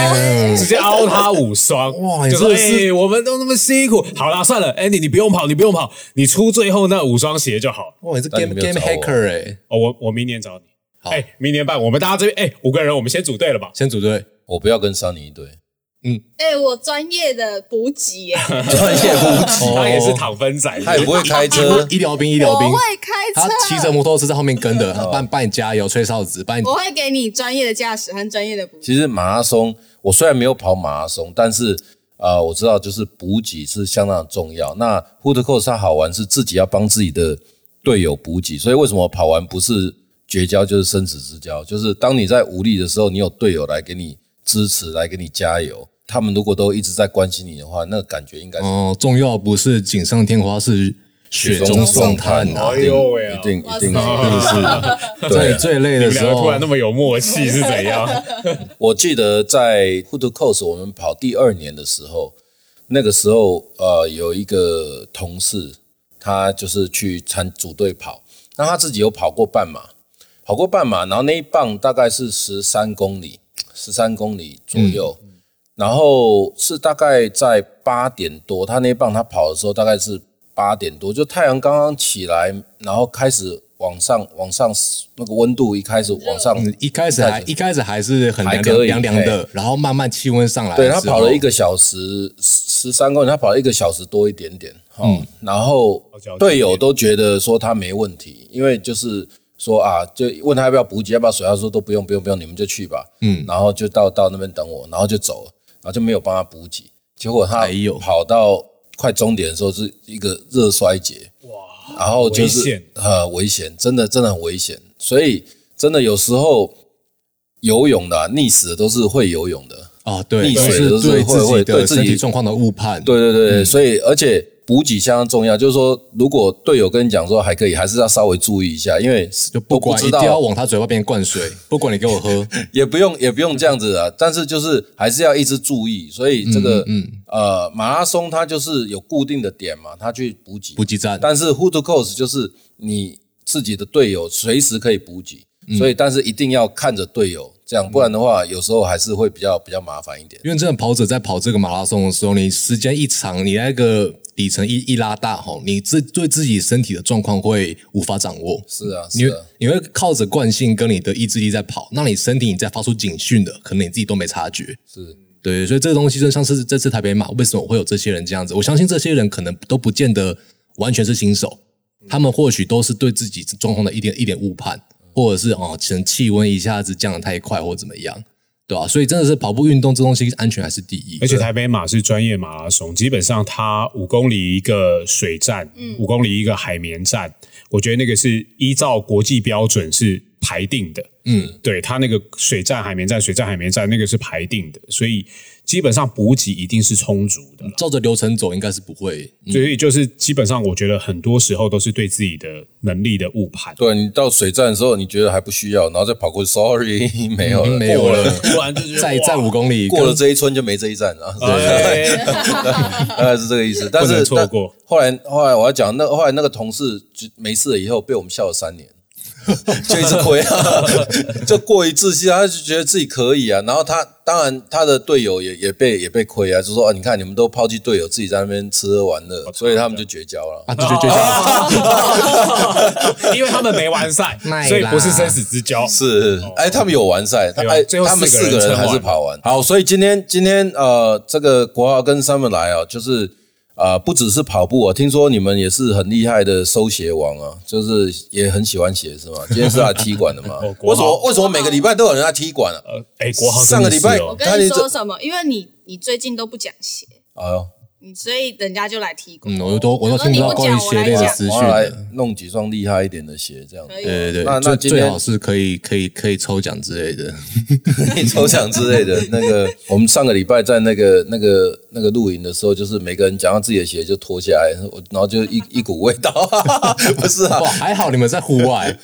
S2: 直接凹他五双。
S4: 哇你
S2: 就说
S4: 真的
S2: 哎、
S4: 是
S2: 我们都那么辛苦，好啦，算了，Andy 你不用跑，你不用跑，你出最后那五双鞋就好。
S4: 哇，你是
S1: 但你
S4: game
S1: 没有
S4: game
S1: 找我
S4: hacker 哎，
S2: 哦，我我明年找你。
S4: 好
S2: 哎、明年办，我们大家这边哎、五个人，我们先组队了吧？
S4: 先组队。
S1: 我不要跟桑尼一 队，
S5: 哎、我专业的补给 耶，
S1: 专业不，
S4: 哦
S2: 他也是躺分仔，
S1: 他也不会开车，
S4: 医疗兵，医疗
S5: 我
S4: 兵，
S5: 会开
S4: 他
S5: 车，
S4: 骑着摩托车在后面跟
S1: 哦
S4: 的，他帮帮你加油，吹哨子，帮你
S5: 我会给你专业的驾驶和专业的补给。
S1: 其实马拉松，我虽然没有跑马拉松，但是啊、呃我知道就是补给是相当重要。那 Hood Course 它好玩是自己要帮自己的队友补给，所以为什么跑完不是绝交就是生死之交？就是当你在无力的时候，你有队友来给你支持，来给你加油。他们如果都一直在关心你的话，那个感觉应该是
S4: 哦，重要不是锦上添花，是雪中送炭
S1: 哦
S4: 啊！
S2: 哎呦喂啊
S1: 一定一定一定
S5: 哇
S1: 是。
S4: 在
S1: 对
S4: 你
S1: 啊，
S4: 最累
S2: 你
S4: 的
S2: 们
S4: 时
S2: 两个突然那
S4: 候，
S2: 么有默 契是怎样？
S1: 我记得在 Hood Course 我们跑第二年的时候，那个时候呃有一个同事，他就是去参组队跑，那他自己有跑过半马，跑过半马，然后那一棒大概是十三公里，十三公里左右，然后是大概在八点多，他那一棒他跑的时候大概是八点多，就太阳刚刚起来，然后开始往上往上那个温度一开始往上
S4: 嗯一开始还一开始还是很凉
S1: 还可以哎
S4: 凉凉凉的，然后慢慢气温上来的
S1: 对
S4: 时
S1: 他
S4: 候，
S1: 跑了一个小时十三公里，他跑了一个小时多一点点。哦，然后
S2: 好焦急
S1: 队友都觉得说他没问题，因为就是说啊，就问他要不要补给，要不要水，他说都不用不用不用，你们就去吧。嗯，然后就到到那边等我，然后就走了，然后就没有帮他补给。结果他
S4: 哎呦
S1: 跑到快终点的时候是一个热衰竭，哇，然后就
S2: 危
S1: 是
S2: 险
S1: 呃危险，真的真的很危险，所以真的有时候。游泳的啊、溺死的都是会游泳的，
S4: 啊，对，
S1: 溺
S4: 就
S1: 水
S4: 是
S1: 都是
S4: 对
S1: 会
S4: 自己
S1: 会对
S4: 的
S1: 自
S4: 身体
S1: 己
S4: 状况的误判，
S1: 对对对，
S4: 嗯
S1: 所以而且补给相当重要，就是说，如果队友跟你讲说还可以，还是要稍微注意一下，因为
S4: 就
S1: 都
S4: 不管
S1: 知
S4: 一定要
S1: 道，
S4: 往他嘴巴边 灌水，不管你给我喝，
S1: 也不用也不用这样子啊。但是就是还是要一直注意，所以这
S4: 嗯
S1: 个呃马拉松它就是有固定的点嘛，它去补给
S4: 补给站
S1: 但是 Hood Course 就是你自己的队友随时可以补给，
S4: 嗯
S1: 所以但是一定要看着队友，这样不然的话有时候还是会比较比较麻烦一点。
S4: 因为真的跑者在跑这个马拉松的时候，你时间一长，你那个里程一一拉大吼，你自对自己身体的状况会无法掌握。
S1: 是啊，
S4: 你
S1: 是
S4: 会
S1: 啊，
S4: 你会靠着惯性跟你的意志力在跑，那你身体你在发出警讯的，可能你自己都没察觉。
S1: 是。
S4: 对，所以这个东西就像是这次台北马为什么会有这些人这样子？我相信这些人可能都不
S1: 嗯
S4: 见得完全是新手，他们或许都是对自己状况的一点一点误判。或者是哦，可能气温一下子降得太快或怎么样，对吧、所以真的是跑步运动这东西安全还是第一，
S2: 而且台北马是专业马拉松，基本上它五公里一个水站，五公里一个海绵站，我觉得那个是依照国际标准是排定的。嗯，对，它那个水站、海绵站、水站、海绵站那个是排定的，所以基本上补给一定是充足的啦。
S4: 照着流程走应该是不会。嗯
S2: 所以就是基本上，我觉得很多时候都是对自己的能力的误判。
S1: 对啊你到水站的时候，你觉得还不需要，然后再跑过去，sorry，没 有
S2: 嗯
S1: 了，
S4: 没有了，
S2: 突然就是
S4: 再再五公里
S1: 过了
S4: 跟
S1: 这一村就没这一站了。
S2: 对，
S1: 大概是这个意思。但
S2: 哎不
S1: 是
S2: 能错过
S1: 但后来后来我要讲，那后来那个同事就没事了以后，被我们笑了三年。 就一直亏啊， 就过一次戏，他就觉得自己可以啊。然后他当然他的队友也也被也被亏啊，就说啊，你看你们都抛弃队友，自己在那边吃喝玩
S2: 哦啊
S1: 乐，所以他们就绝交了。
S4: 啊，就就就 就
S2: 因为他们没完赛，
S4: 卖
S2: 所以
S4: 啦
S2: 不是生死之交。
S1: 是，哎，他们有完赛，他
S2: 有
S1: 哎，
S2: 最后
S1: 他们
S2: 四个
S1: 四
S2: 人
S1: 个人
S2: 撑
S1: 还是
S2: 完
S1: 跑完。好，所以今天今天呃，这个国豪跟 Summer 来啊，就是呃，不只是跑步啊，听说你们也是很厉害的收鞋王啊，就是也很喜欢鞋是吗？今天是来踢馆的嘛
S2: 哦？国
S1: 为什
S2: 豪
S1: 么为什么每个礼拜都有人来踢馆啊？
S2: 呃，哎，国豪
S1: 上个礼拜
S2: 真的是哦
S5: 我跟你说什么？因为你你最近都不讲鞋，
S1: 哎呦，
S5: 你所以人家就来踢馆。
S4: 嗯，我都我都听到关于鞋类的资
S1: 我
S4: 讯
S1: 要来
S4: 了。
S1: 弄几双厉害一点的鞋这样。
S5: 可以
S4: 对对
S1: 那
S4: 对，
S1: 那
S4: 最
S1: 今天
S4: 最好是可以可以可以抽奖之类的。
S1: 抽奖之类的。那个，我们上个礼拜在那个那个那个露营的时候，就是每个人讲到自己的鞋就脱下来，我然后就一一股味道， 不是啊
S4: 哇，。还好你们在户 外，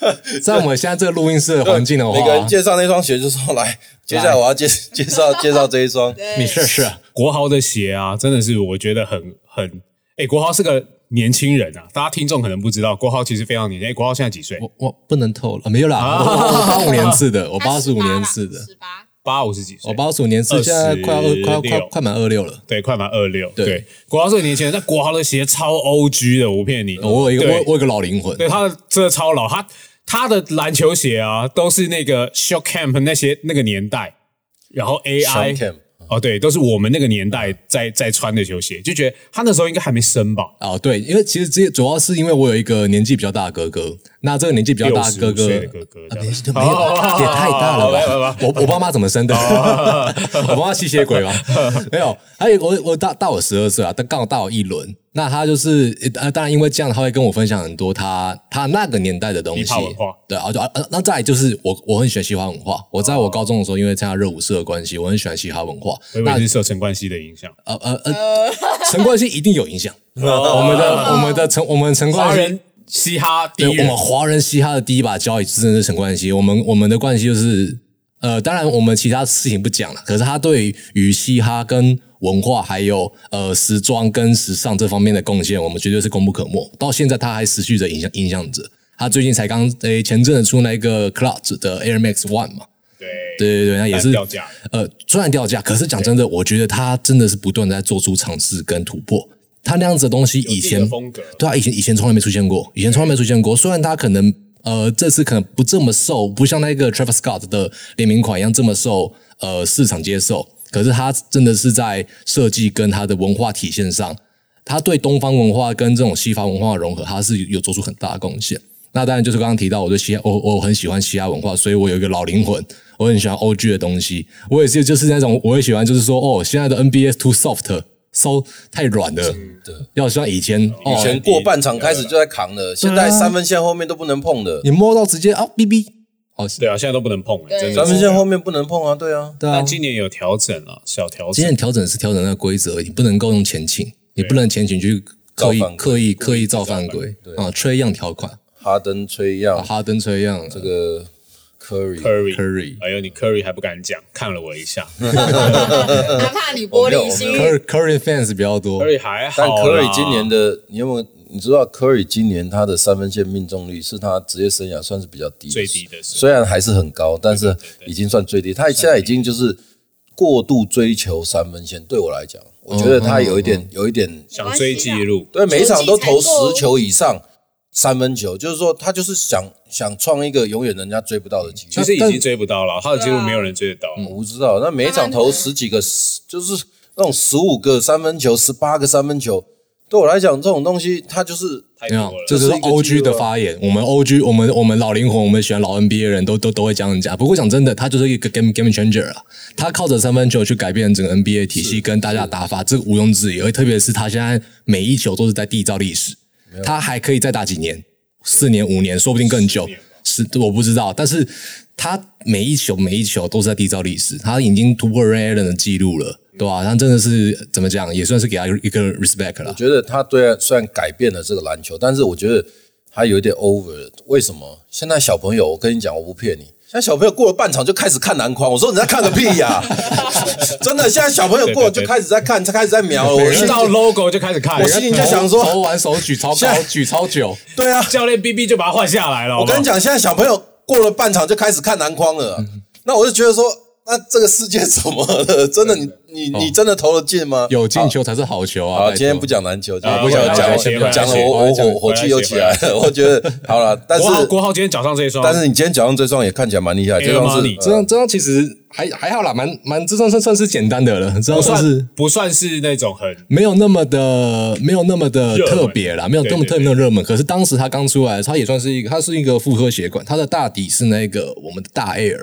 S4: 在我们现在这个录音室的环境的话，
S1: 每个人介绍那双鞋就说来，接下来我要介介绍介绍这一双，
S5: 哎
S4: 你试试啊。
S2: 国豪的鞋啊，真的是我觉得很很，哎，国豪是个年轻人啊，大家听众可能不知道，国豪其实非常年轻。哎，国豪现在几岁？
S4: 我我不能透呃了，没有啦，我八五年次的，我八啊十五年次的，
S5: 十八。
S2: 八五十几岁，
S4: 哦我八十五年次，现在快二
S2: 26
S4: 快快快满二六了。
S2: 对，快满二六。
S4: 对
S2: 对，国豪是个年轻人，但国豪的鞋超 O G 的，我不骗你。
S4: 呃哦我有一个
S2: 对
S4: 我我有一个老灵魂，
S2: 对，他的真的超老，他他的篮球鞋啊，都是那个 s h o t Camp 那些那个年代，然后
S1: Sean
S2: AI
S1: Kemp
S4: 嗯
S2: 哦，对，都是我们那个年代在在穿的球鞋，就觉得他那时候应该还没生吧，
S4: 哦，对，因为其实这主要是因为我有一个年纪比较大的哥哥，那这个年纪比较大的哥
S2: 65
S4: 哥，
S2: 岁的哥哥这样哦
S4: 啊没有也太大了吧？我我爸妈怎么生的？
S2: 哦
S4: 我爸妈吸血鬼吧？没有，还有我我大大我十二岁啊，但刚好大我一轮。那他就是呃，当然因为这样，他会跟我分享很多他他那个年代的东
S2: 你
S4: 西
S2: 怕文化。
S4: 对，啊就啊，啊那再来就是我我很喜欢嘻哈文化。我
S2: 哦
S4: 在我高中的时候，因为参加热舞社的关系，我很喜欢嘻哈文化。
S2: 我以为是受陈冠希的影响。
S4: 呃呃呃，陈冠希一定有影响。我们的我们的陈我们陈
S2: 哦啊华
S4: 冠希
S2: 人嘻哈第一
S4: 对，我们
S2: 人，
S4: 华人嘻哈的第一把交椅真的是陈冠希。我们我们的冠希就是，呃，当然我们其他事情不讲了，可是他对于嘻哈跟文化还有呃时装跟时尚这方面的贡献，我们绝对是功不可没。到现在他还持续着影响影响着。他最近才刚诶、前阵子出那个 Clutch 的 Air Max One 嘛，
S2: 对
S4: 对对对，那也是
S2: 掉价。
S4: 呃，虽然掉价，可是讲真的，我觉得他真的是不断地在做出尝试跟突破。他那样子的东西以
S2: 有自己的
S4: 前
S2: 风格
S4: 对啊，以前以前从来没出现过，以前从来没出现过。虽然他可能呃这次可能不这么受，不像那个 Travis Scott 的联名款一样这么受呃市场接受，可是他真的是在设计跟他的文化体现上，他对东方文化跟这种西方文化的融合，他是有做出很大的贡献。那当然就是刚刚提到，我对西亚，我我很喜欢西亚文化，所以我有一个老灵魂，我很喜欢 O G 的东西。我也是就是那种，我也喜欢，就是说，哦，现在的 N B S too soft，so 太软了，要像以前，
S1: 以
S4: 哦
S1: 前过半场开始就在扛了，现在三分线后面都不能碰的，
S4: 你摸到直接啊哔哔，哦，
S2: 对啊，现在都不能碰，
S5: 对
S2: 真的
S1: 三分线后面不能碰啊，对啊。
S4: 对啊
S2: 但，今年有调整了，小调
S4: 今
S2: 整
S4: 天。调整是调整那个规则，你不能够用前倾，你不能前倾去刻意
S1: 造犯规
S4: 刻意刻意造犯规啊，吹样条款，
S1: 哈登、崔
S4: 啊
S1: 样，
S4: 哈登吹样这
S1: 这个 Curry，
S2: Curry
S4: Curry
S2: 哎呦，你 Curry 还不敢讲，看了我一下。
S5: 他怕你玻璃 心，
S4: Curry Curry fans 比较多，
S2: Curry 还好
S1: 但
S2: 啦，
S1: Curry 今年的，你有没有？你知道 Curry 今年他的三分线命中率是他职业生涯算是比较低的
S2: 最低的时候
S1: 虽然还是很高，但是已经算最低。他现在已经就是过度追求三分线，对我来讲，我觉得他有一点，有一点，
S2: 想追记录，
S1: 对，每一场都投
S5: 球技才够
S1: 十球以上三分球，就是说他就是想想创一个永远人家追不到的记
S2: 其
S1: 录。
S2: 实已经追不到了，他的记录没有人追得到。
S1: 我不知道，那每一场投十几个，就是那种十五个三分球、十八个三分球，对我来讲，这种东西它就是
S2: 太
S4: 你
S2: 多
S4: 看
S2: 了，，
S4: 这
S1: 这
S4: 是
S1: 是一个
S4: O G
S1: 记录
S4: 的
S1: 啊
S4: 发言。我们 O G，我们我们老灵魂，我们喜欢老 NBA 的人都都都会这样讲。不过讲真的，他就是一个 game game changer 啊，他靠着三分球去改变整个 NBA 体系跟大家的打法，这个毋庸置疑。而特别是他现在每一球都是在缔造历史，他还可以再打几年，四年、五年，说不定更久。是我不知道，但是他每一球每一球都是在缔造历史，他已经突破 Ray Allen 的记录了，对吧、他真的是怎么讲，也算是给他一个 respect 了
S1: 我。觉得他对虽然改变了这个篮球，但是我觉得他有一点 over 了。为什么？现在小朋友，我跟你讲，我不骗你。现在小朋友过了半场就开始看篮筐，我说你在看个屁呀、 真的，现在小朋友过了就开始在看，他开始在瞄了。我
S2: 知
S1: 心
S2: 到
S1: 里
S2: logo 就开始看，
S1: 我心里在想说
S4: 投完手举超
S1: 现
S4: 高，
S1: 在
S4: 举超久。
S1: 对啊，
S2: 教练 B B 就把他换下来了。
S1: 我跟你
S2: 讲，
S1: 讲，现在小朋友过了半场就开始看篮筐了。啊那我就觉得说，那这个世界怎么了？真的，你你你真的投得哦进吗？
S4: 有进球才是好球啊！
S1: 好，
S4: 拜托
S1: 今天不，讲篮球，今天
S2: 啊
S1: 不讲
S2: 回来回来
S1: 讲讲了，
S2: 回来
S1: 我我
S4: 回来
S1: 火火气又起来
S2: 回
S1: 了。我觉得好了，但是
S2: 国浩国浩今天脚上这一双，
S1: 但是你今天脚上这双也看起来蛮厉害，
S2: Air
S1: 这双
S2: Money
S1: 是
S4: 这样这样其实还还好啦，蛮蛮这算算算是简单的了，这样
S2: 不
S4: 算是
S2: 算不算是那种很
S4: 没有那么的没有那么的
S2: 热门
S4: 特别啦，没有
S2: 对
S4: 那么
S2: 对
S4: 特别的热门。可是当时他刚出来，他也算是一个，他是一个妇科血管，他的大底是那个我们的大 air。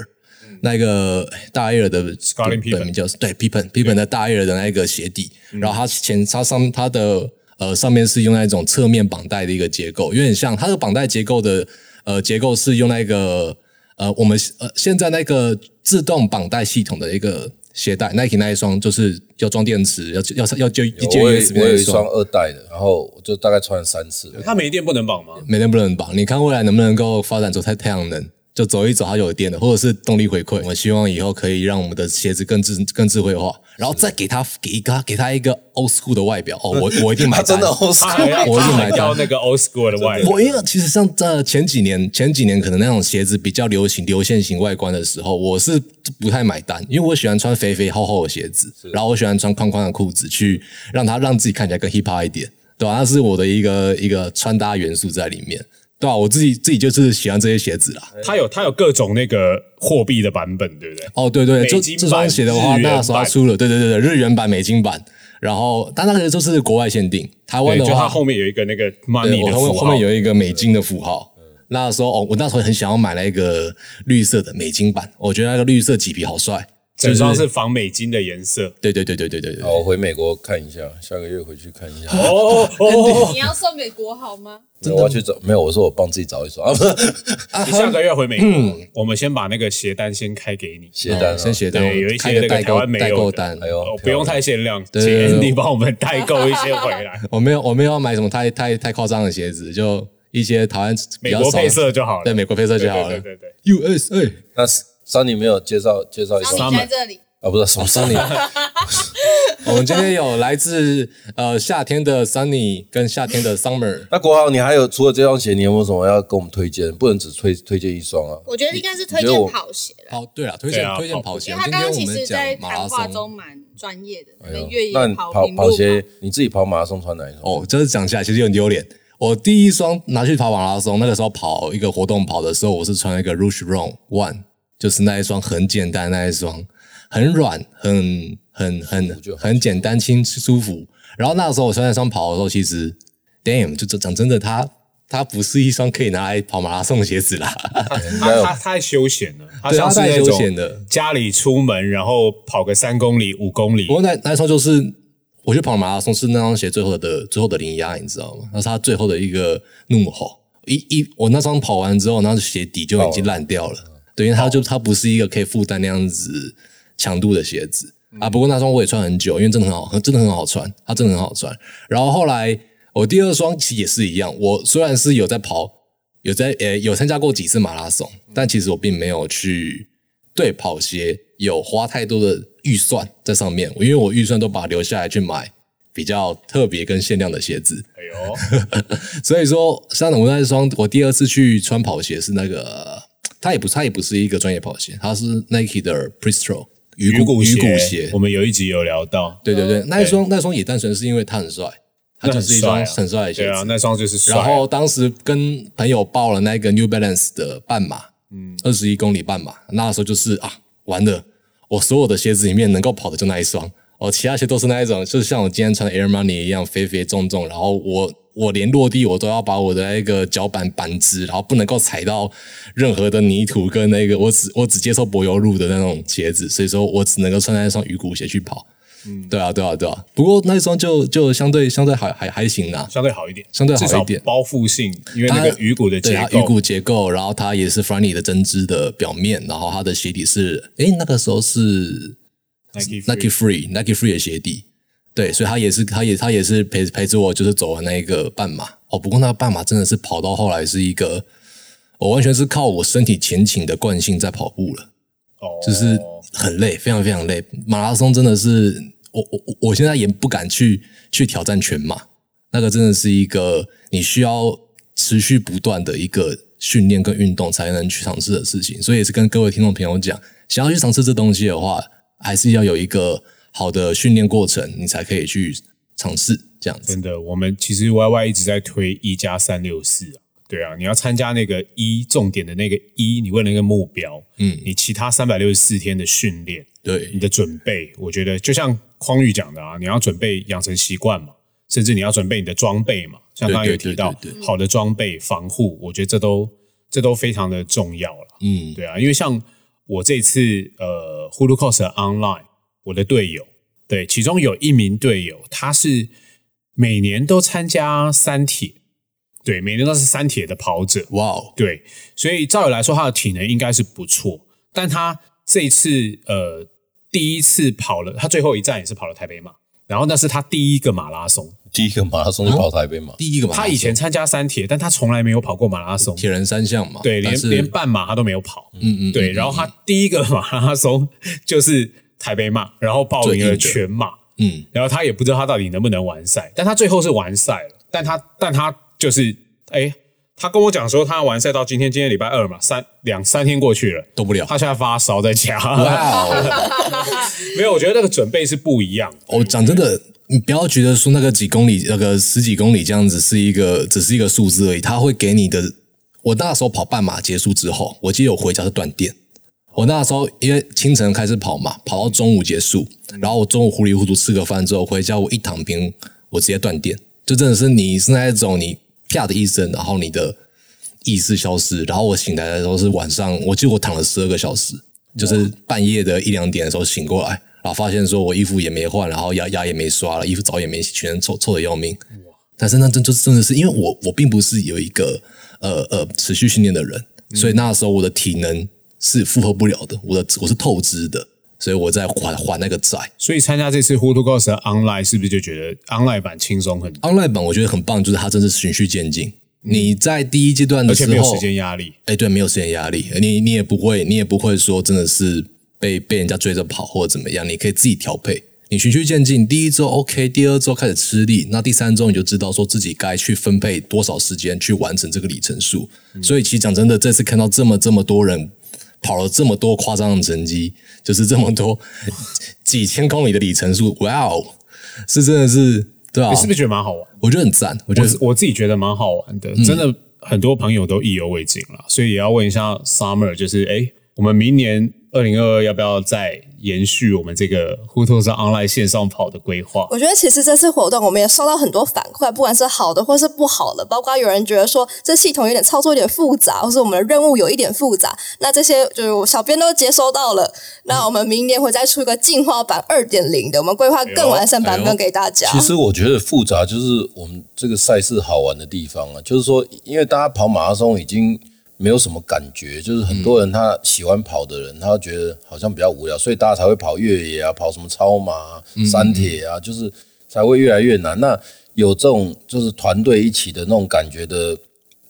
S4: 那个大 air 的
S2: Scottie Pippen
S4: 本名叫对 Pippen Pippen 的大 air 的那个鞋底，然后它前它上它的呃上面是用那种侧面绑带的一个结构，有点像它的绑带结构的呃结构是用那个呃我们呃现在那个自动绑带系统的一个鞋带，Nike 那一双就是要装电池，要要要就一节
S1: 我有
S4: USB
S1: 我
S4: 那
S1: 有
S4: 一
S1: 一双
S4: 双，
S1: 二代的，然后我就大概穿了三 次。
S2: 他没电不能绑吗？
S4: 每天不能绑。你看未来能不能够发展出太太阳能？就走一走，它有电的，或者是动力回馈。我希望以后可以让我们的鞋子更智更智慧化，然后再给它给一个给它一个 old school 的外表。哦，我我一定买
S1: 他
S4: 单。
S1: 真的好
S2: 他还要
S4: 我
S2: 他
S4: 是买
S2: 还
S4: 单
S2: 要那个 old school 的外
S4: 我因为其实像在前几年，前几年可能那种鞋子比较流行流线型外观的时候，我是不太买单，因为我喜欢穿肥肥厚厚的鞋子，然后我喜欢穿宽宽的裤子，去让它让自己看起来更 hip hop 一点，对啊吧、那是我的一个一个穿搭元素在里面，对啊吧、我自己自己就是喜欢这些鞋子啦。
S2: 他有他有各种那个货币的版本，对不对？
S4: 哦，对对，
S2: 美
S4: 就
S2: 金
S4: 这双
S2: 版
S4: 鞋的话，
S2: 日元
S4: 那时候它
S2: 版
S4: 出了，对对对对，日元版、美金版，然后但那个就是国外限定，台湾
S2: 对，
S4: 的
S2: 就
S4: 话
S2: 他后面有一个那个
S4: 啊对
S2: money
S4: 我
S2: 啊的
S4: 后
S2: 符
S4: 面
S2: 号，
S4: 后面有一个美金的符号。那时候哦，我那时候很想要买那个绿色的美金版，我觉得那个绿色麂皮好帅。
S2: 整双是哦仿美金的颜色。
S4: 对对对对对对对
S1: 好，。我回美国看一下，下个月回去看一下。
S2: 哦哦哦！
S5: 你要送给国豪吗？
S1: 没有我要去找，没有，我说我帮自己找一双啊， 不是
S4: 啊，
S2: 你
S4: 还有
S2: 下个月回美国，我们先把那个鞋单先开给你，
S1: 鞋单啊
S4: 嗯先嗯鞋单，
S2: 对有一些
S4: 开
S2: 那
S4: 个
S2: 个
S4: 代
S2: 台
S4: 购
S2: 湾没有
S4: 代
S2: 的
S4: 购单。
S1: 哎呦
S2: 哦，不用太限量，请
S4: 对对对
S2: Andy 帮我们代购一些回 来，
S4: 我没有我没有要买什么太太太夸张的鞋子，就一些台湾比
S2: 美
S4: 较
S2: 国
S4: 少
S2: 配色就好了，
S4: 对美国配色
S2: 对
S4: 就好了
S2: 对。对对，
S4: USA
S1: 那 Sunny 没有介绍介
S4: 哎
S1: 绍一
S5: 然后
S1: 双
S5: 你
S2: Summer
S5: 在这里，
S1: 啊，不是什么 Sunny，
S4: 我们今天有来自呃夏天的 Sunny 跟夏天的 Summer。
S1: 那国豪，你还有除了这双鞋，你有没有什么要跟我们推荐？不能只推推荐一双啊。
S5: 我觉得应该是推
S1: 你觉得
S5: 荐
S1: 我
S5: 跑鞋啦，
S4: 好，对了，推
S2: 对
S4: 荐
S2: 啊
S4: 推荐
S2: 跑
S4: 跑鞋。
S5: 因
S4: 今
S5: 为他刚刚
S4: 天我
S5: 其
S4: 们
S5: 实，
S4: 讲
S5: 在
S4: 马
S5: 谈
S4: 拉
S5: 话
S4: 松。
S5: 中蛮专业的，那
S1: 哎
S5: 个
S1: 呦
S5: 越野
S1: 那你
S5: 跑
S1: 跑
S5: 平
S1: 跑
S5: 路
S1: 鞋，你自己跑马拉松穿哪一双？
S4: 哦，真是讲起来其实很丢脸。我第一双拿去跑马拉松，那个时候跑一个活动跑的时候，我是穿一个 Rouge Run One，就是那一双很简单的那一双，很软，很很很很简单轻舒服。然后那时候我穿那双跑的时候，其实 damn 就讲真的，它它不是一双可以拿来跑马拉松的鞋子啦。
S1: 该
S2: 他
S1: 有
S2: 他太休闲了，他
S4: 对
S2: 像
S4: 他
S2: 是
S4: 太
S2: 那
S4: 休
S2: 种
S4: 闲了
S2: 家里出门然后跑个三公里、五公里
S4: 不，过那那一双就是我去跑马拉松是那双鞋最后的最后的零压，你知道吗？那是他最后的一个怒吼。一一我那双跑完之后，那鞋底就已经烂掉了。对，因为它就它不是一个可以负担那样子强度的鞋子、啊。不过那双我也穿很久，因为真的很好，真的很好穿，它真的很好穿。然后后来我第二双其实也是一样，我虽然是有在跑，有在呃有参加过几次马拉松，但其实我并没有去对跑鞋有花太多的预算在上面，因为我预算都把它留下来去买比较特别跟限量的鞋子。
S2: 哎呦，
S4: 所以说，像我那一双，我第二次去穿跑鞋是那个，它也不它也不是一个专业跑鞋，它是 Nike 的 Pristro 鱼
S2: 鱼骨
S4: 鱼
S2: 鞋
S4: 骨鞋
S2: 我。们有一集有聊到，
S4: 对对对，那一双那双也单纯是因为它很帅，它
S2: 那
S4: 就
S2: 很
S4: 是一
S2: 帅
S4: 双
S2: 啊
S4: 很帅的鞋
S2: 对
S4: 子。
S2: 啊，那双就是帅啊，
S4: 然后当时跟朋友报了那个 New Balance 的半马，嗯，二十一公里半马。那时候就是啊，完了，我所有的鞋子里面能够跑的就那一双。哦，其他鞋都是那一种，就是像我今天穿的 Air Money 一样肥肥重重，然后我我连落地我都要把我的那个脚板板直，然后不能够踩到任何的泥土跟那个我只我只接受柏油路的那种鞋子，所以说我只能够穿那双鱼骨鞋去跑。嗯，对啊，对啊，对啊。不过那一双就就相对相对还还还行啦、
S2: 相对好一点，
S4: 相对好一
S2: 至少
S4: 点
S2: 包覆性，因为那个鱼骨的
S4: 对
S2: 结
S4: 啊，
S2: 构，
S4: 鱼骨结构，然后它也是 Franny 的针织的表面，然后它的鞋底是，诶，那个时候是
S2: Nike Free
S4: Nike Free Nike Free 的鞋底，对，所以它也是，它也它也是陪陪着我，就是走完那一个半马。哦，不过那个半马真的是跑到后来是一个，我完全是靠我身体前倾的惯性在跑步了。
S2: 哦
S4: 就是很累，非常非常累。马拉松真的是，我我我我现在也不敢去去挑战全马，那个真的是一个你需要持续不断的一个训练跟运动才能去尝试的事情。所以也是跟各位听众朋友讲，想要去尝试这东西的话，还是要有一个好的训练过程，你才可以去尝试这样子。
S2: 真的，我们其实 Y Y 一直在推一加三六四啊，对啊，你要参加那个一重点的那个一，你为了那个目标，
S4: 嗯
S2: 你其他三百六十四天的训练，
S4: 对
S2: 你，的准备，我觉得就像匡玉讲的啊，你要准备养成习惯嘛，甚至你要准备你的装备嘛，像刚刚有提到
S4: 对对对对
S2: 好的装备防护，我觉得这都这都非常的重要了。
S4: 嗯，
S2: 对啊，因为像我这次呃 Hulu Cos Online，我的队友，对，其中有一名队友，他是每年都参加三铁，对，每年都是三铁的跑者，
S4: 哇哦，
S2: 对，所以照理来说，他的体能应该是不错，但他这一次呃第一次跑了，他最后一站也是跑了台北马，然后那是他第一个马拉松，
S1: 第一个马拉松就跑台北嘛，
S4: 第一个马拉松
S2: 他以前参加三铁，但他从来没有跑过马拉松，
S4: 铁人三项嘛，
S2: 对，
S4: 但
S2: 连
S4: 是
S2: 连半马他都没有跑，
S4: 嗯嗯，
S2: 对，
S4: 嗯
S2: 然后他第一个马拉松就是台北马，然后报名了全马，
S4: 嗯
S2: 然后他也不知道他到底能不能完赛，但他最后是完赛了，但他但他就是哎，他跟我讲说他完赛到今天，今天礼拜二嘛，三两三天过去了，
S4: 动不了，
S2: 他现在发烧在家，
S4: 哇 哦。
S2: 没有，我觉得那个准备是不一样的，
S4: 我哦讲真的，你不要觉得说那个几公里、那个十几公里这样子是一个只是一个数字而已，它会给你的。我那时候跑半马结束之后，我记得我回家是断电。我那时候因为清晨开始跑嘛，跑到中午结束，然后我中午糊里糊涂吃个饭之后回家，我一躺平，我直接断电，就真的是你是那一种你啪的一声，然后你的意识消失，然后我醒来的时候是晚上，我记得我躺了十二个小时，就是半夜的一两点的时候醒过来，然后发现说我衣服也没换，然后牙牙也没刷了，衣服澡也没洗，全身臭臭的要命。但是那真就真的是因为我我并不是有一个呃呃持续训练的人，
S2: 嗯
S4: 所以那时候我的体能是负荷不了的，我的我是透支的，所以我在还还那个债。
S2: 所以参加这次 h u t u g o s Online 是不是就觉得 Online 版轻松很多，
S4: online 版我觉得很棒，就是它真是循序渐进。你在第一阶段
S2: 嗯而
S4: 的时
S2: 且
S4: 候，
S2: 没有时间压力，
S4: 哎，对，没有时间压力，你你也不会，你也不会说真的是被被人家追着跑或者怎么样，你可以自己调配，你循序渐进，第一周 OK，第二周开始吃力，那第三周你就知道说自己该去分配多少时间去完成这个里程数。
S2: 嗯
S4: 所以其实讲真的，这次看到这么这么多人跑了这么多夸张的成绩，就是这么多几千公里的里程数，哇哦，是真的是对啊，
S2: 你是不是觉得蛮好玩？
S4: 我觉得很赞，我觉
S2: 我
S4: 得嗯
S2: 自我自己觉得蛮好玩的，真的很多朋友都意犹未尽了，所以也要问一下 Summer，就是哎，诶我们明年二零二二要不要再延续我们这个 h u t o s Online 线上跑的规划？
S3: 我觉得其实这次活动我们也收到很多反馈，不管是好的或是不好的，包括有人觉得说这系统有点操作有点复杂，或是我们的任务有一点复杂。那这些就是我小编都接收到了。那我们明年会再出一个进化版二点零的，我们规划更完善版本给大家。
S1: 其实我觉得复杂就是我们这个赛事好玩的地方啊，就是说，因为大家跑马拉松已经没有什么感觉，就是很多人他喜欢跑的人，他觉得好像比较无聊，所以大家才会跑越野啊，跑什么超马、啊、
S2: 嗯
S1: 山铁啊，就是才会越来越难。那有这种就是团队一起的那种感觉的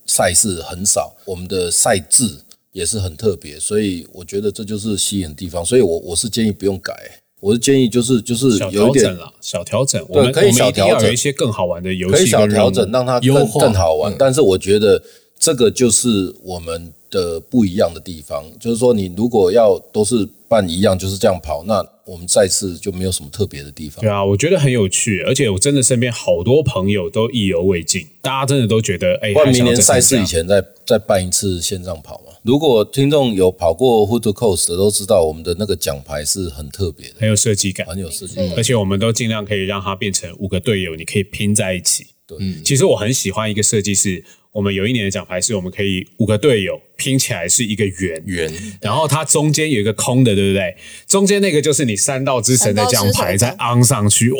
S1: 赛事很少，我们的赛制也是很特别，所以我觉得这就是吸引的地方。所以我我是建议不用改，我是建议就是就是
S2: 小
S1: 有
S2: 调
S1: 一点
S2: 整啊啦，小调整，我们
S1: 可以
S2: 我们一
S1: 小
S2: 定
S1: 调
S2: 要
S1: 整
S2: 有一些更好玩的游
S1: 可以
S2: 戏
S1: 小
S2: 跟任
S1: 调啊
S2: 务嗯
S1: 整，让它
S4: 优
S1: 更
S4: 化
S1: 更好玩。但是我觉得这个就是我们的不一样的地方，就是说你如果要都是办一样，就是这样跑，那我们赛事就没有什么特别的地方
S2: 对。啊，我觉得很有趣，而且我真的身边好多朋友都意犹未尽，大家真的都觉得，哎，
S1: 不然
S2: 还想
S1: 明
S2: 要
S1: 年
S2: 再
S1: 赛事
S2: 参
S1: 以
S2: 加
S1: 前再再办一次线上跑嘛。如果听众有跑过 Hood to Coast 的，都知道我们的那个奖牌是很特别的，
S2: 很有设计感，
S1: 很有设计
S5: 没
S1: 感
S5: 错。
S2: 而且我们都尽量可以让它变成五个队友，你可以拼在一起。嗯
S1: 对
S4: 嗯
S2: 其实我很喜欢一个设计是，我们有一年的奖牌是我们可以五个队友拼起来是一个圆，
S4: 圆
S2: 然后它中间有一个空的，对不对？中间那个就是你三道之神的奖牌再
S3: 三
S2: 昂上去，哇！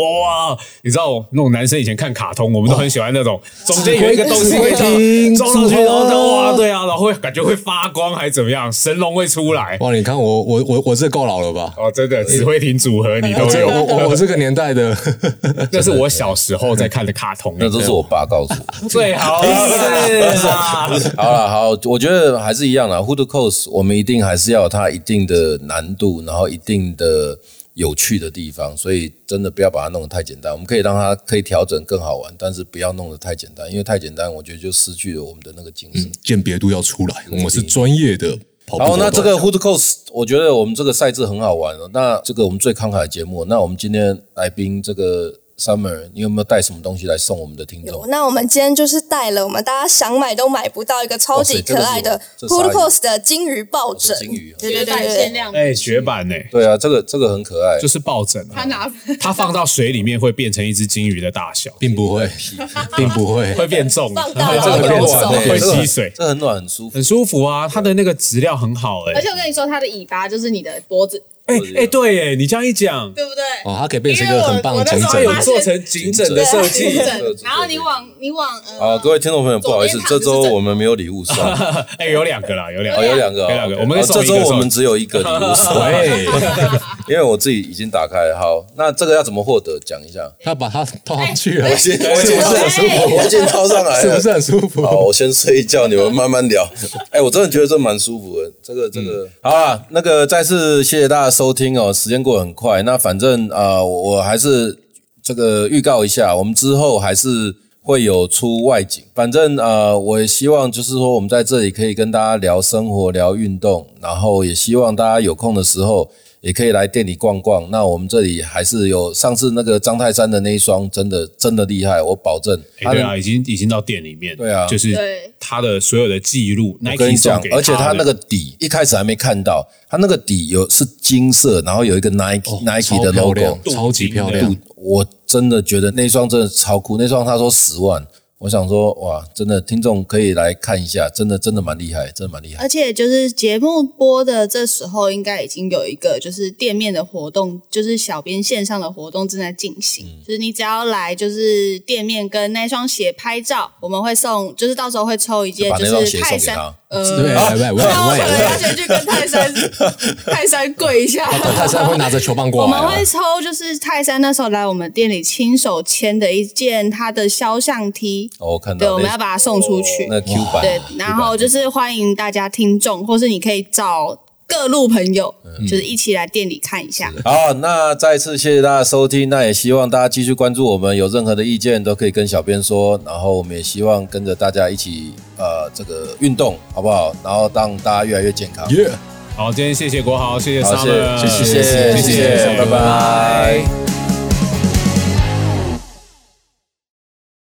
S2: 你知道那种男生以前看卡通，我们都很喜欢那种、中间有一个东西可以这样撞上去，然后就
S4: 哦
S2: 哇，对啊，然后会感觉会发光还是怎么样，神龙会出来。
S4: 哇，你看我我我我这够老了吧？
S2: 哦，真的，指挥艇组合你都
S4: 这
S2: 有，
S4: 我我我这个年代的
S2: 那是我小时候在看的卡通，欸
S1: 那都是我爸告诉我。
S2: 最好是啊，
S1: 好了，好，我觉得还是一样啦。Hood to Coast，我们一定还是要有它一定的难度，然后一定的有趣的地方，所以真的不要把它弄得太简单。我们可以让它可以调整更好玩，但是不要弄得太简单，因为太简单，我觉得就失去了我们的那个精神。
S4: 鉴别度要出来，我们是专业的跑步
S1: 好，
S4: 活动。
S1: 那这个 Hood Coast，我觉得我们这个赛制很好玩哦。那这个我们最慷慨的节目，那我们今天来宾这个 Summer，你有没有带什么东西来送我们的听众？
S3: 那我们今天就是带了我们大家想买都买不到一个超级
S1: 哇塞这
S3: 可
S1: 个是
S3: 爱的
S1: 这
S3: p o
S1: 鲨
S3: o
S1: 鱼
S3: d c o s 的金鱼抱枕，
S1: 金鱼哦
S3: 对对对
S5: 版
S3: 对
S5: 限
S3: 对，
S5: 量，
S2: 哎，绝版呢，
S1: 对啊，这个这个很可爱，
S2: 就是抱枕啊
S5: 他，拿
S2: 它放到水里面会变成一只金鱼的大小，
S4: 并不会，并不 会。
S2: 会变重，
S3: 放大
S2: 这
S3: 然
S1: 很
S2: 个会
S3: 后
S2: 变
S3: 游
S2: 重，
S3: 走
S1: 暖，
S2: 会
S1: 这个
S2: 吸
S1: 很
S2: 水，
S1: 这很暖很舒服
S2: 很。舒服啊，它的那个质量很好哎
S5: 而且，我跟你说，它的尾巴就是你的脖子，
S2: 哎哎，对哎，你这样一讲，
S5: 对不对？
S4: 哦，它可以变成一个很棒的
S5: 因为我
S4: 整
S5: 我那
S2: 它有
S5: 时候
S4: 整
S2: 做成颈枕的设计，
S5: 对啊然后你往你往
S1: 好，
S5: 呃，
S1: 啊各位听众朋友，不好意思
S5: 左边，
S1: 这
S5: 躺着
S1: 周我们没有礼 物送，哦，
S2: 哎，有两个啦，有两
S1: 有
S2: 个，
S1: 两个哦，
S2: 有两个
S1: 哦
S2: 我们送
S1: 这
S2: 一个
S1: 周我们只有一个礼物送，
S4: 喂，
S1: 因为我自己已经打开了。好，那这个要怎么获得？讲一下。
S4: 它把它套上去了，
S1: 先，我
S4: 是不是很舒服？
S1: 我先掏上来
S4: 是
S1: 了
S4: 不是很舒服？
S1: 好，我先睡一觉，你们慢慢聊。哎、我真的觉得这蛮舒服的，这个这个、好啦，那个再次谢谢大家收听哦，时间过得很快。那反正啊、呃我我还是这个预告一下，我们之后还是会有出外景。反正呃，我也希望就是说我们在这里可以跟大家聊生活、聊运动，然后也希望大家有空的时候。也可以来店里逛逛。那我们这里还是有上次那个张泰山的那一双，真的真的厉害，我保证。
S2: 哎对啊，已经已经到店里面，
S1: 对啊
S2: 就是
S5: 对
S2: 它的所有的记录
S1: 我跟
S2: ，Nike
S1: 你讲
S2: 送给，
S1: 而且它
S2: 它
S1: 那个底一开始还没看到，它那个底有是金色，然后有一个 Nike、Nike 的
S4: 超漂
S1: logo，
S4: 亮超级漂亮
S2: 镀，
S1: 我真的觉得那双真的超酷，那双他说十万，我想说哇，真的听众可以来看一下，真的真的蛮厉害，真的蛮厉害
S5: 而。且就是节目播的这时候，应该已经有一个就是店面的活动，就是小编线上的活动正在进行。就是你只要来，就是店面跟那双鞋拍照，我们会送，就是到时候会抽一件
S1: 就把那双
S5: 是
S1: 鞋
S5: 泰
S1: 送给
S5: 山
S1: 他，
S5: 呃，
S4: 对，喂喂 喂
S5: 那我可能要
S4: 喂，
S5: 先去跟泰山泰山跪一下。
S4: 泰山会拿着球棒
S5: 我
S4: 过来
S5: 们
S4: 啊
S5: 会，抽，就是泰山那时候来我们店里亲手签的一件他的肖像 T，
S1: 哦，我看
S5: 对，
S1: 到
S5: 我们要
S1: 那哦
S5: 把它送出去。
S1: 那 Q 版，
S5: 对，然后就是欢迎大家听众，或是你可以找各路朋友，
S1: 嗯
S5: 就是一起来店里看一 下。
S1: 好，那再次谢谢大家收听，那也希望大家继续关注我们，有任何的意见都可以跟小编说，然后我们也希望跟着大家一起呃这个运动好不好？然后让大家越来越健康。
S4: 耶。
S2: 好，今天谢谢国豪，谢谢
S1: 好，谢
S2: Summer，
S1: 谢
S4: 谢
S1: 谢谢谢，拜拜。